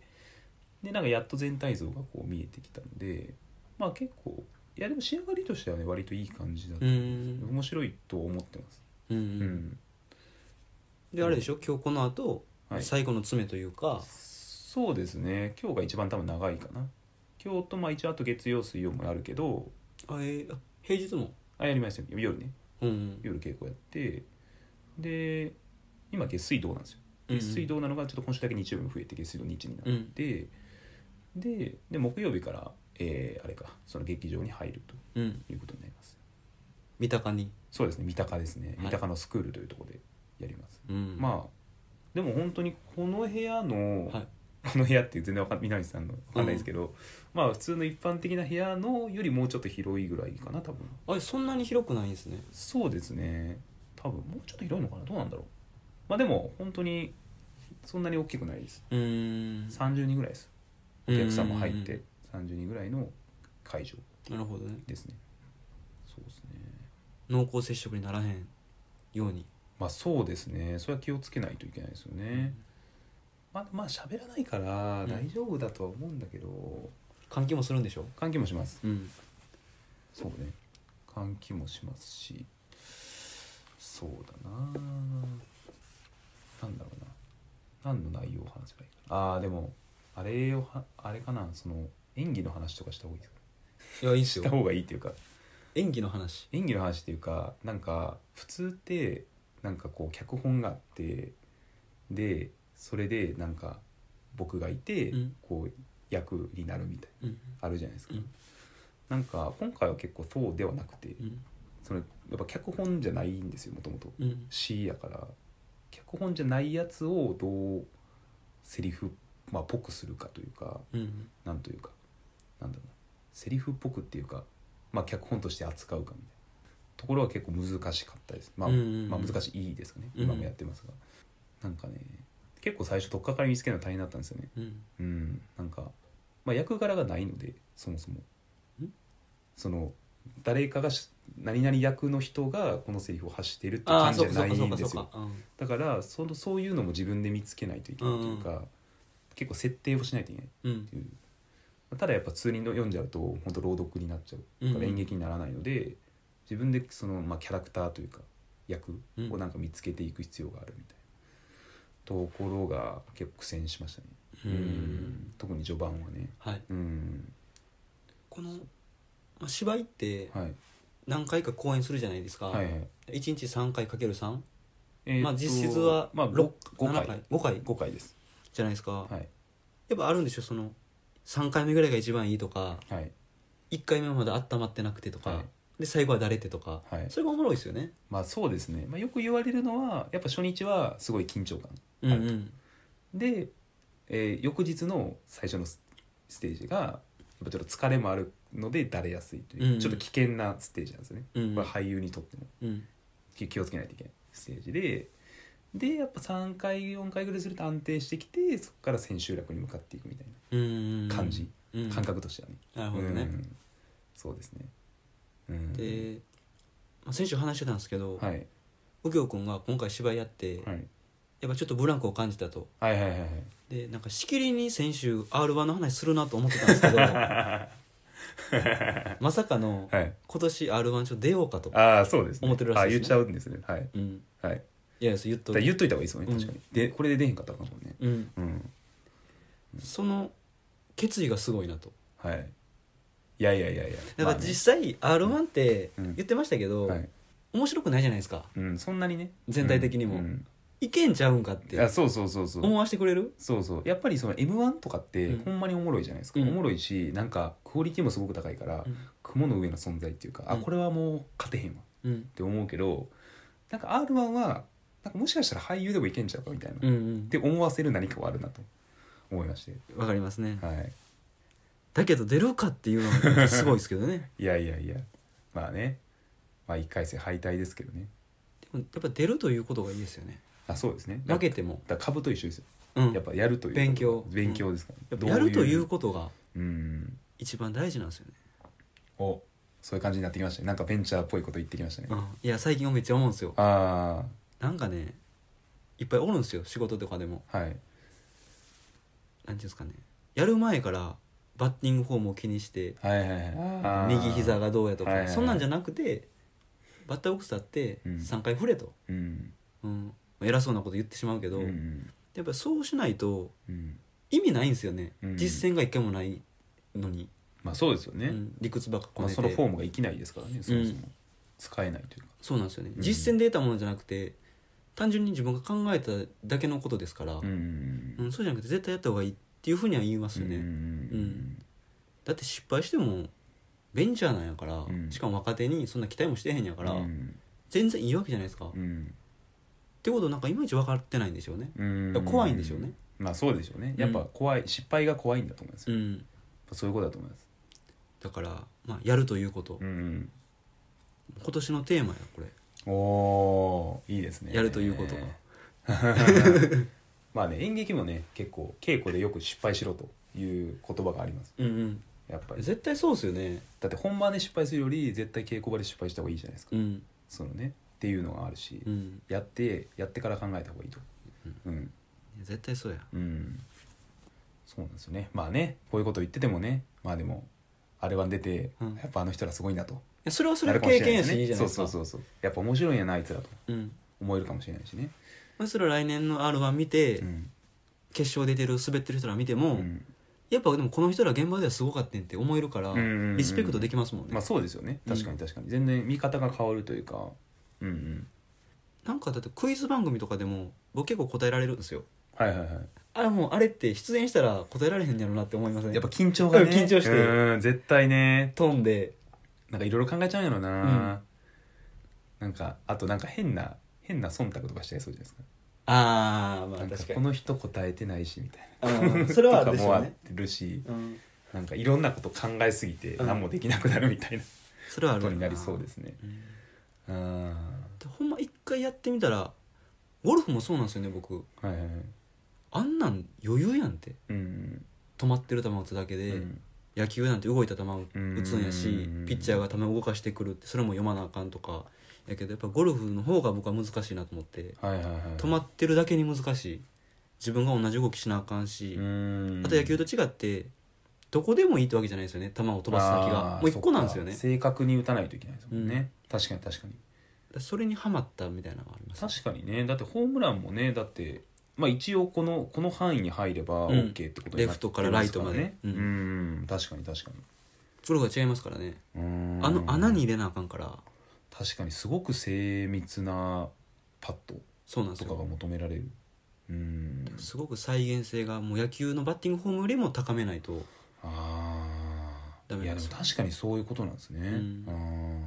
Speaker 2: でなんかやっと全体像がこう見えてきたのでまあ結構いやでも仕上がりとしてはね割といい感じだと、
Speaker 1: うーん
Speaker 2: 面白いと思ってます。
Speaker 1: うんう
Speaker 2: うん
Speaker 1: んであれでしょ今日この後、
Speaker 2: はい
Speaker 1: 最後の詰めというか
Speaker 2: そうですね今日が一番多分長いかな今日とまあ一応あと月曜水曜もあるけど
Speaker 1: あ、えーあ平日も
Speaker 2: あやりますよ夜ね
Speaker 1: うんうん
Speaker 2: 夜稽古やってで今月水道なんですよ
Speaker 1: うんうん
Speaker 2: 月水道なのがちょっと今週だけ日曜日も増えて月水道日になって、でで木曜日から、えーあれかその劇場に入る
Speaker 1: うん
Speaker 2: ということになります
Speaker 1: 三鷹に、
Speaker 2: そうですね三鷹です
Speaker 1: は
Speaker 2: ね
Speaker 1: い
Speaker 2: 三鷹のスクールというところでやります、
Speaker 1: うんあ
Speaker 2: まあでも本当にこの部屋の、
Speaker 1: はい
Speaker 2: この部屋って全然わかん南さんのわかんないですけど、まあ普通の一般的な部屋のよりもうちょっと広いぐらいかな多分
Speaker 1: あれそんなに広くないんですね
Speaker 2: そうですね多分もうちょっと広いのかなどうなんだろうまあでも本当にそんなに大きくないです
Speaker 1: うーん
Speaker 2: 30人ぐらいですお
Speaker 1: うん
Speaker 2: 客さんも入って30人ぐらいの会場
Speaker 1: なるほどね
Speaker 2: ですねそうですね
Speaker 1: 濃厚接触にならへんように
Speaker 2: まあそうですねそれは気をつけないといけないですよね、まあまあ喋らないから
Speaker 1: うん
Speaker 2: 大丈夫だとは思うんだけど、
Speaker 1: 換気もするんでしょ
Speaker 2: 換気もします
Speaker 1: うん
Speaker 2: そうね換気もしますしそそうだななんだろうな何の内容を話せばいいかなあーでもあれをはあれかなその演技の話とかした方がいいですか
Speaker 1: いやいいっす
Speaker 2: した
Speaker 1: よ
Speaker 2: 方がいいっていうか
Speaker 1: 演技の話
Speaker 2: 演技の話っていうかなんか普通ってなんかこう脚本があってでそれでなんか僕がいて、
Speaker 1: うん
Speaker 2: こう役になるみたい
Speaker 1: うん
Speaker 2: なあるじゃないですか、
Speaker 1: うん
Speaker 2: なんか今回は結構そうではなくて、
Speaker 1: うん
Speaker 2: そのやっぱ脚本じゃないんですよもともと
Speaker 1: うん
Speaker 2: 詩やから脚本じゃないやつをどうセリフ、まあ、ぽくするかというか
Speaker 1: うん
Speaker 2: なんというかなんだろうなセリフっぽくっていうか、まあ、脚本として扱うかみたいなところは結構難しかったです、まあ
Speaker 1: うんうんうん
Speaker 2: まあ難しいですかね
Speaker 1: うん
Speaker 2: 今もやってますが、なんかね結構最初取っかかり見つけるの大変だったんですよね
Speaker 1: うん
Speaker 2: うんなんか、まあ、役柄がないのでそもそも
Speaker 1: ん
Speaker 2: その誰かがし何々役の人がこのセリフを発してるって
Speaker 1: あ
Speaker 2: 感
Speaker 1: あ
Speaker 2: じ
Speaker 1: そう
Speaker 2: じゃ
Speaker 1: か
Speaker 2: な
Speaker 1: そう
Speaker 2: い
Speaker 1: かそうんか
Speaker 2: で
Speaker 1: そう
Speaker 2: すよ
Speaker 1: かうん
Speaker 2: だからそのそういうのも自分で見つけないといけないというか、結構設定をしないといけない
Speaker 1: うん
Speaker 2: っていうただやっぱ普通に読んじゃうと本当朗読になっちゃうから
Speaker 1: うん
Speaker 2: 演劇にならないので、自分でその、まあ、キャラクターというか役をなんか見つけていく必要があるみたいな、ところが結構苦戦しましたね、
Speaker 1: う
Speaker 2: うんん特に序盤はね
Speaker 1: はい
Speaker 2: うん
Speaker 1: このまあ芝居って
Speaker 2: はい
Speaker 1: 何回か公演するじゃないですか
Speaker 2: はいはい
Speaker 1: 一日3回かける3
Speaker 2: えーっと
Speaker 1: まあ実質は
Speaker 2: まあ、
Speaker 1: 6
Speaker 2: 5, 回
Speaker 1: 7回5回
Speaker 2: 5回です
Speaker 1: じゃないですか
Speaker 2: はい
Speaker 1: やっぱあるんでしょその3回目ぐらいが一番いいとか
Speaker 2: はい
Speaker 1: 1回目はまだ温まってなくてとか、
Speaker 2: はい
Speaker 1: で最後は誰ってとか、
Speaker 2: はい
Speaker 1: それがおもろいですよね
Speaker 2: まあそうですね、まあ、よく言われるのはやっぱ初日はすごい緊張感
Speaker 1: うんうん
Speaker 2: で、えー翌日の最初のスステージがやっぱちょっと疲れもあるのでだれやすいという、
Speaker 1: うんうん
Speaker 2: ちょっと危険なステージなんですよね、
Speaker 1: うん
Speaker 2: これ俳優にとっても
Speaker 1: うん
Speaker 2: 気気をつけないといけないステージででやっぱ3回4回ぐらいすると安定してきてそこから千秋楽に向かっていくみたい
Speaker 1: うん
Speaker 2: な感じ、
Speaker 1: うん
Speaker 2: 感覚としてはね。
Speaker 1: なるほどね、
Speaker 2: うんそうですね、うん、
Speaker 1: で、まあ、先週話してたんですけど、
Speaker 2: はい、
Speaker 1: 右京君が今回芝居やって、
Speaker 2: はい、
Speaker 1: やっぱちょっとブランクを感じたと
Speaker 2: はいはいはいはい
Speaker 1: でなんかしきりに先週 r 1の話するなと思ってたんですけどまさかの
Speaker 2: はい
Speaker 1: 今年 r 1ちょっと出ようかと、
Speaker 2: ああそうですね
Speaker 1: 思ってるらしいですね
Speaker 2: あ言っちゃうんですねはい
Speaker 1: うん、
Speaker 2: はい
Speaker 1: いやいやそう言っ
Speaker 2: だ
Speaker 1: と
Speaker 2: から
Speaker 1: る
Speaker 2: 言っといた方がいいですよね
Speaker 1: うん
Speaker 2: 確かに、でこれで出へんかったかもね
Speaker 1: うん、
Speaker 2: うん
Speaker 1: その決意がすごいなと
Speaker 2: はいいやいやいやいや
Speaker 1: だから実際 r 1って言ってましたけど、
Speaker 2: まあねはい
Speaker 1: 面白くないじゃないですか
Speaker 2: うん、そんなにね
Speaker 1: 全体的にも
Speaker 2: うんうん
Speaker 1: いけんちゃうんかっ
Speaker 2: いや
Speaker 1: て
Speaker 2: そうそうそうそう
Speaker 1: 思わせてくれる
Speaker 2: そうそうやっぱりその m 1とかって
Speaker 1: うん
Speaker 2: ほんまにおもろいじゃないですか、
Speaker 1: うん
Speaker 2: おもろいしなんかクオリティもすごく高いから、
Speaker 1: うん
Speaker 2: 雲の上の存在っていうか、あ
Speaker 1: うん
Speaker 2: これはもう勝てへんわ
Speaker 1: うん
Speaker 2: って思うけどなんか r 1はなんかもしかしたら俳優でもいけんちゃうかみたいな、
Speaker 1: う
Speaker 2: っ
Speaker 1: ん
Speaker 2: て思わせる何かはあるなと思いまして
Speaker 1: わかりますね
Speaker 2: はい
Speaker 1: だけど出るかっていうのがすごいですけどね <laughs>
Speaker 2: いやいやいやまあねまあ1回戦敗退ですけどね
Speaker 1: でもやっぱ出るということがいいですよね
Speaker 2: あそうですね
Speaker 1: 負けても、
Speaker 2: だから株と一緒ですよ、
Speaker 1: うん、
Speaker 2: や
Speaker 1: や
Speaker 2: っぱやるということ
Speaker 1: 勉強
Speaker 2: 勉強ですから、
Speaker 1: っぱやるという
Speaker 2: こ
Speaker 1: ことが
Speaker 2: とうん
Speaker 1: 一番大事なんですよね、
Speaker 2: おそういう感じになってきましたねなんかベンチャーっぽいこと言ってきましたね、
Speaker 1: う
Speaker 2: あ
Speaker 1: ん、いや最近めっちゃ思うんですよ
Speaker 2: あ
Speaker 1: なんかねいっぱいおるんですよ仕事とかでも
Speaker 2: ーはい
Speaker 1: なんていうんですかねやる前からバッティングフォームを気にして
Speaker 2: はいはいはいあー
Speaker 1: 右膝がどうやとか、
Speaker 2: はいはいはい
Speaker 1: そんなんじゃなくてバッターボックスだって
Speaker 2: うん
Speaker 1: 3回振れと、
Speaker 2: うん
Speaker 1: うん偉そうなこと言ってしまうけど、
Speaker 2: うんう
Speaker 1: やっ
Speaker 2: ん
Speaker 1: ぱそうしないと
Speaker 2: うん
Speaker 1: 意味ないんですよね、
Speaker 2: うん
Speaker 1: 実践が一回もないのに、
Speaker 2: まあそうですよね、
Speaker 1: うん理屈ばっかこ
Speaker 2: まあ、
Speaker 1: ねて、
Speaker 2: そのフォームが生きないですからねそもそも、使えないというか
Speaker 1: そうなんですよね、
Speaker 2: うん
Speaker 1: 実践で得たものじゃなくて単純に自分が考えただけのことですから、
Speaker 2: うん
Speaker 1: うんそうじゃなくて絶対やった方がいいっていうふうには言います
Speaker 2: うん
Speaker 1: よね、
Speaker 2: うん
Speaker 1: だって失敗してもベンチャーなんやから、
Speaker 2: ん
Speaker 1: しかも若手にそんな期待もしてへんやから、
Speaker 2: うん
Speaker 1: 全然いいわけじゃないですか、
Speaker 2: う
Speaker 1: っ
Speaker 2: ん
Speaker 1: てことなんかいまいち分かってないんでしょうね
Speaker 2: うん
Speaker 1: だから怖いんでしょうね
Speaker 2: まあそうでしょうねやっぱ怖い、失敗が怖いんだと思います
Speaker 1: う
Speaker 2: よ、
Speaker 1: ん
Speaker 2: そういうことだと思います
Speaker 1: だから、まあ、やるということ、
Speaker 2: うん
Speaker 1: 今年のテーマやこれ
Speaker 2: おーいいですね
Speaker 1: やるということ
Speaker 2: まあね演劇もね結構稽古でよく失敗しろという言葉があります
Speaker 1: うん
Speaker 2: やっぱ
Speaker 1: うん
Speaker 2: り
Speaker 1: 絶対そうですよね
Speaker 2: だって本番で失敗するより絶対稽古場で失敗した方がいいじゃないですか、
Speaker 1: うん
Speaker 2: そのねっていうのがあるし、
Speaker 1: うん
Speaker 2: やってやってから考えた方がいいとうん
Speaker 1: いや絶対そうや
Speaker 2: うんそうなんですよねまあねこういうこと言っててもねまあでもあれは出て、
Speaker 1: うん
Speaker 2: やっぱあの人らすごいなと
Speaker 1: やそれはそ
Speaker 2: な
Speaker 1: れ
Speaker 2: る
Speaker 1: は
Speaker 2: かもし
Speaker 1: 経
Speaker 2: れな
Speaker 1: 験や
Speaker 2: いです
Speaker 1: し
Speaker 2: ね
Speaker 1: いいじゃない
Speaker 2: そう
Speaker 1: です
Speaker 2: そ
Speaker 1: か
Speaker 2: うそうそうやっぱ面白いんやなあいつらと
Speaker 1: うん
Speaker 2: 思えるかもしれないしね
Speaker 1: まあそれは来年の r 1見て、
Speaker 2: うん、
Speaker 1: 決勝出てる滑ってる人ら見ても、
Speaker 2: うん
Speaker 1: やっぱでもこの人ら現場ではすごかったんって思えるから、
Speaker 2: うんうんうん
Speaker 1: リスペクトできますもんね、
Speaker 2: まあそうですよね
Speaker 1: うん
Speaker 2: 確かに確かに、全然見方が変わるというかうんうん
Speaker 1: なんかだってクイズ番組とかでも僕結構答えられるんですよ
Speaker 2: はいはいはい
Speaker 1: あれもうあれって出演したら答えられへんやろなって思いません、
Speaker 2: やっぱ緊張がね
Speaker 1: うん緊張して
Speaker 2: うん絶対ね
Speaker 1: 飛んで
Speaker 2: なんかいろいろ考えちゃうんやろな、
Speaker 1: ん
Speaker 2: なんかあとなんか変な変な忖度とかしちゃいそうじゃないですか,、
Speaker 1: ああまあ
Speaker 2: なん
Speaker 1: 確か
Speaker 2: こ
Speaker 1: に
Speaker 2: の人答えてないしみたい
Speaker 1: うん
Speaker 2: <laughs> な
Speaker 1: それはあ
Speaker 2: と
Speaker 1: るで
Speaker 2: か
Speaker 1: し
Speaker 2: も
Speaker 1: ょう
Speaker 2: あ
Speaker 1: ね、
Speaker 2: るし
Speaker 1: うん、
Speaker 2: なんかいろんなこと考えすぎて
Speaker 1: うん
Speaker 2: 何もできなくなるみたいな
Speaker 1: それはあ
Speaker 2: こ
Speaker 1: る
Speaker 2: と
Speaker 1: よ
Speaker 2: になりそうですね、
Speaker 1: うん
Speaker 2: うん
Speaker 1: でほんま一回やってみたらゴルフもそうなんですよね僕
Speaker 2: はいはいはい
Speaker 1: あんなん余裕やんって
Speaker 2: うん
Speaker 1: 止まってる球打つだけ
Speaker 2: う
Speaker 1: で、
Speaker 2: ん
Speaker 1: 野球なんて動いた球を打つんやし
Speaker 2: うん
Speaker 1: ピッチャーが球を動かしてくるってそれも読まなあかんとかやけどやっぱゴルフの方が僕は難しいなと思って
Speaker 2: はいはいはい
Speaker 1: 止まってるだけに難しい自分が同じ動きしなあかんし
Speaker 2: うん
Speaker 1: あと野球と違ってどこでもいいってわけじゃないですよね球を飛ばす先
Speaker 2: あ
Speaker 1: が
Speaker 2: ー
Speaker 1: もう一個なんですよね
Speaker 2: そっか正確に打たないといけないですもんね、確かに確かに
Speaker 1: そそれにはまったみたいなのがあります
Speaker 2: 確かにねだってホームランもねだってまあ一応このこの範囲に入れば
Speaker 1: うん
Speaker 2: OK ってことになってますからね、
Speaker 1: レフトからライトまで
Speaker 2: う
Speaker 1: うんん、
Speaker 2: 確かに確か
Speaker 1: プロが違いますからね
Speaker 2: にうん
Speaker 1: あの穴に入れなあかんから
Speaker 2: 確かにすごく精密なパット
Speaker 1: そうなんで
Speaker 2: と
Speaker 1: す
Speaker 2: かが
Speaker 1: よ
Speaker 2: 求められるうん
Speaker 1: すごく再現性がもう野球のバッティングフォームよりも高めないと
Speaker 2: ああ
Speaker 1: ダ
Speaker 2: い
Speaker 1: メ
Speaker 2: や
Speaker 1: なんで
Speaker 2: で
Speaker 1: す
Speaker 2: も
Speaker 1: よ
Speaker 2: 確かにそういうことなんですね
Speaker 1: うん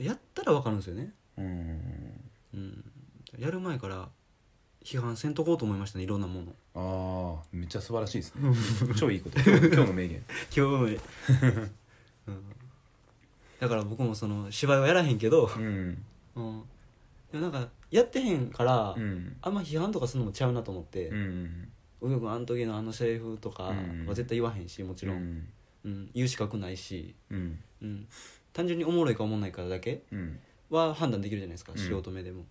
Speaker 2: あ
Speaker 1: やったらわかるんですよね
Speaker 2: ーうん
Speaker 1: うん、やる前から批判せんとこうと思いましたねいろんなもの
Speaker 2: ああめっちゃ素晴らし
Speaker 1: <laughs>
Speaker 2: いですね超いいこと今日今日の名言
Speaker 1: 今 <laughs> 日うん、だから僕もその芝居はやらへんけど、
Speaker 2: うん
Speaker 1: うん、でもなんかやってへんから、
Speaker 2: うん
Speaker 1: あんま批判とかするのもちゃうなと思って
Speaker 2: うん
Speaker 1: 「うよ、くんあの時のあのセリフ」とか
Speaker 2: うん
Speaker 1: は絶対言わへんしもちろん、うん
Speaker 2: ん
Speaker 1: 言う資格ないし、
Speaker 2: うん
Speaker 1: うん、単純におもろいかおもんないからだけ
Speaker 2: うん
Speaker 1: は判断できるじゃないですか、
Speaker 2: うん
Speaker 1: 素人目でも。っ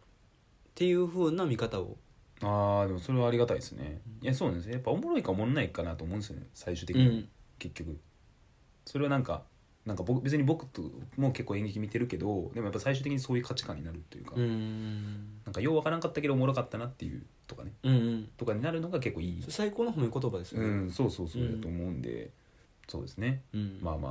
Speaker 1: ていう風な見方を、
Speaker 2: ああでもそれはありがたいですねいやそうなんですねやっぱおもろいかおもんないかなと思うんですよね最終的に、
Speaker 1: うん
Speaker 2: 結局それはなんかなんか僕別に僕とも結構演劇見てるけどでもやっぱ最終的にそういう価値観になるというか、
Speaker 1: うん
Speaker 2: なんかようわからんかったけどおもろかったなっていうとかね
Speaker 1: うんうん、
Speaker 2: とかになるのが結構いい
Speaker 1: 最高の褒め言葉ですよ
Speaker 2: う
Speaker 1: ね。
Speaker 2: んそうそうそう
Speaker 1: うん
Speaker 2: だと思うんで、そうですね
Speaker 1: うん
Speaker 2: まあま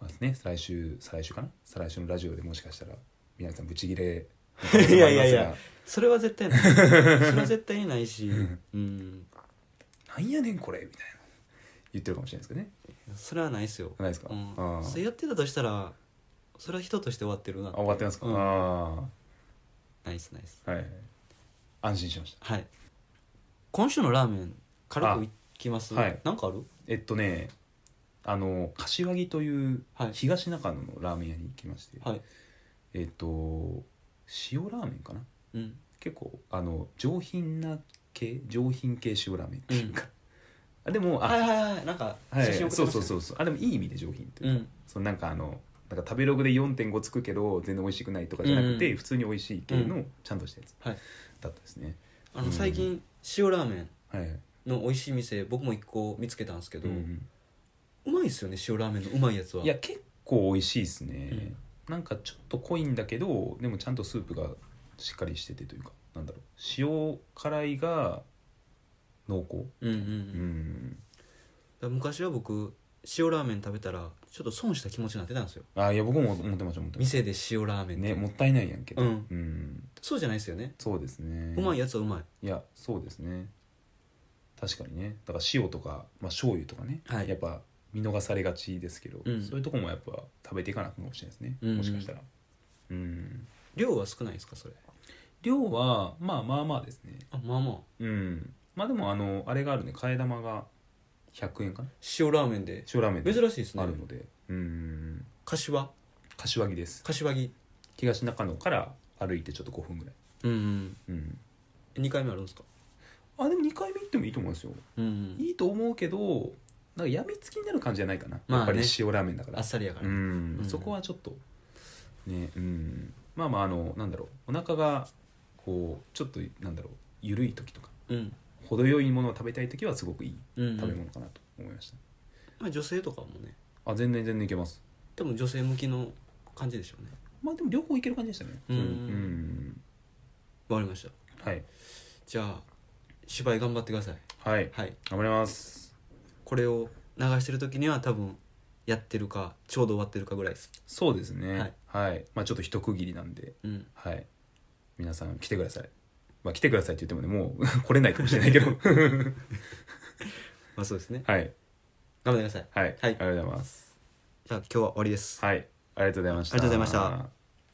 Speaker 2: あまあね来週再来週かな再来週のラジオでもしかしたら皆さんブチギレ
Speaker 1: <laughs> いやいやいやそれは絶対
Speaker 2: <laughs>
Speaker 1: ないそれは絶対にないし、うん、
Speaker 2: なんやねんこれみたいな言ってるかもしれないですけどね
Speaker 1: それはないですよ、
Speaker 2: ないですか、
Speaker 1: うん
Speaker 2: あ、ー
Speaker 1: それやってたとしたらそれは人として終わってるな
Speaker 2: あ終わってますか、
Speaker 1: うん
Speaker 2: あ
Speaker 1: ナイスナイス
Speaker 2: あはい安心しまし
Speaker 1: はい今週のラーメン軽くいきます、
Speaker 2: あはい
Speaker 1: なんかある
Speaker 2: たえっとねあの柏木という
Speaker 1: はい
Speaker 2: 東中野のラーメン屋に行きまして、
Speaker 1: はい
Speaker 2: えっと塩ラーメンかな
Speaker 1: うん
Speaker 2: 結構あの上品な系上品系塩ラーメンっていうか、あでもあ、
Speaker 1: はいはいはいなんか
Speaker 2: はい
Speaker 1: 写真送ってました
Speaker 2: そ
Speaker 1: ね
Speaker 2: うそうそうそうあでもいい意味で上品っていう
Speaker 1: う
Speaker 2: か、
Speaker 1: ん
Speaker 2: そのなんかあのなんか食べログで4.5つくけど全然美味しくないとかじゃなくて、
Speaker 1: うん
Speaker 2: 普通に美味しい系
Speaker 1: う
Speaker 2: のちゃんとしたやつ
Speaker 1: はい
Speaker 2: だったですね、
Speaker 1: あの最近塩ラーメン
Speaker 2: はいはい
Speaker 1: の美味しい店僕も一個見つけたんですけど、
Speaker 2: う
Speaker 1: うん
Speaker 2: うん
Speaker 1: まいですよね塩ラーメンのうまいやつはい
Speaker 2: や結構美味しいですね、
Speaker 1: うん
Speaker 2: なんかちょっと濃いんだけどでもちゃんとスープがしっかりしててというかなんだろう塩辛いが濃厚
Speaker 1: うんうん、う、
Speaker 2: うん
Speaker 1: だから
Speaker 2: ん
Speaker 1: 昔は僕塩ラーメン食べたらちょっと損した気持ちになってたんですよ
Speaker 2: あいや僕も思ってました思ってまし
Speaker 1: 店で塩ラーメ
Speaker 2: た
Speaker 1: ンって、
Speaker 2: ねもったいないやんけど
Speaker 1: うん
Speaker 2: うん、
Speaker 1: そうじゃないですよね、
Speaker 2: そうですね
Speaker 1: うまいやつはうまい
Speaker 2: いやそうですね確かにねだから塩とか、まあ、醤油とかね、
Speaker 1: はい
Speaker 2: やっぱ見逃されがちですけど、
Speaker 1: うん
Speaker 2: そういうとこもやっぱ食べていかなくてもしれないですね、
Speaker 1: うんうん
Speaker 2: もしかしたらうん
Speaker 1: 量は少ないですかそれ
Speaker 2: 量はまあまあまあですね
Speaker 1: あまあまあ
Speaker 2: うんまあでもあのあれがあるね替え玉が100円かな
Speaker 1: 塩ラーメンで
Speaker 2: 塩ラーメンで
Speaker 1: 珍しいですね
Speaker 2: あるのでうん
Speaker 1: 柏
Speaker 2: 柏木です
Speaker 1: 柏木
Speaker 2: 東中野から歩いてちょっと5分ぐらい
Speaker 1: うん、うん、
Speaker 2: うん
Speaker 1: 2回目あるんですか
Speaker 2: あでも2回目行ってもいいと思いますよ
Speaker 1: うん、うん、
Speaker 2: いいと思うけどなんかやみつきになる感じじゃないかな、
Speaker 1: まあね
Speaker 2: やっぱり塩ラーメンだから
Speaker 1: あっさりやから、
Speaker 2: うん、
Speaker 1: うん
Speaker 2: そこはちょっとねうんまあまああのなんだろうお腹がこうちょっとなんだろう緩い時とか
Speaker 1: うん
Speaker 2: 程よいものを食べたい時はすごくいい
Speaker 1: うんうん
Speaker 2: 食べ物かなと思いました、
Speaker 1: まあ、女性とかもね
Speaker 2: あ全然全然いけます
Speaker 1: でも女性向きの感じでしょうね
Speaker 2: まあでも両方いける感じでしたね
Speaker 1: うん
Speaker 2: うん
Speaker 1: わかりました
Speaker 2: はい
Speaker 1: じゃあ芝居頑張ってください
Speaker 2: はい
Speaker 1: はい
Speaker 2: 頑張ります
Speaker 1: これを流してる時には多分やってるかちょうど終わってるかぐらいです
Speaker 2: そうです
Speaker 1: は
Speaker 2: ね
Speaker 1: い
Speaker 2: はいまあちょっと一区切りなんで
Speaker 1: うん
Speaker 2: はい皆さん来てくださいまあ来てくださいって言ってもねもう <laughs> 来れないかもしれ
Speaker 1: <laughs>
Speaker 2: ないけど
Speaker 1: まあそうですね
Speaker 2: はい
Speaker 1: 頑張ってください
Speaker 2: はい
Speaker 1: は
Speaker 2: あ
Speaker 1: い
Speaker 2: りがとうございます
Speaker 1: じゃあ今日は終わりです
Speaker 2: はいありがとうございました
Speaker 1: ありがとうございました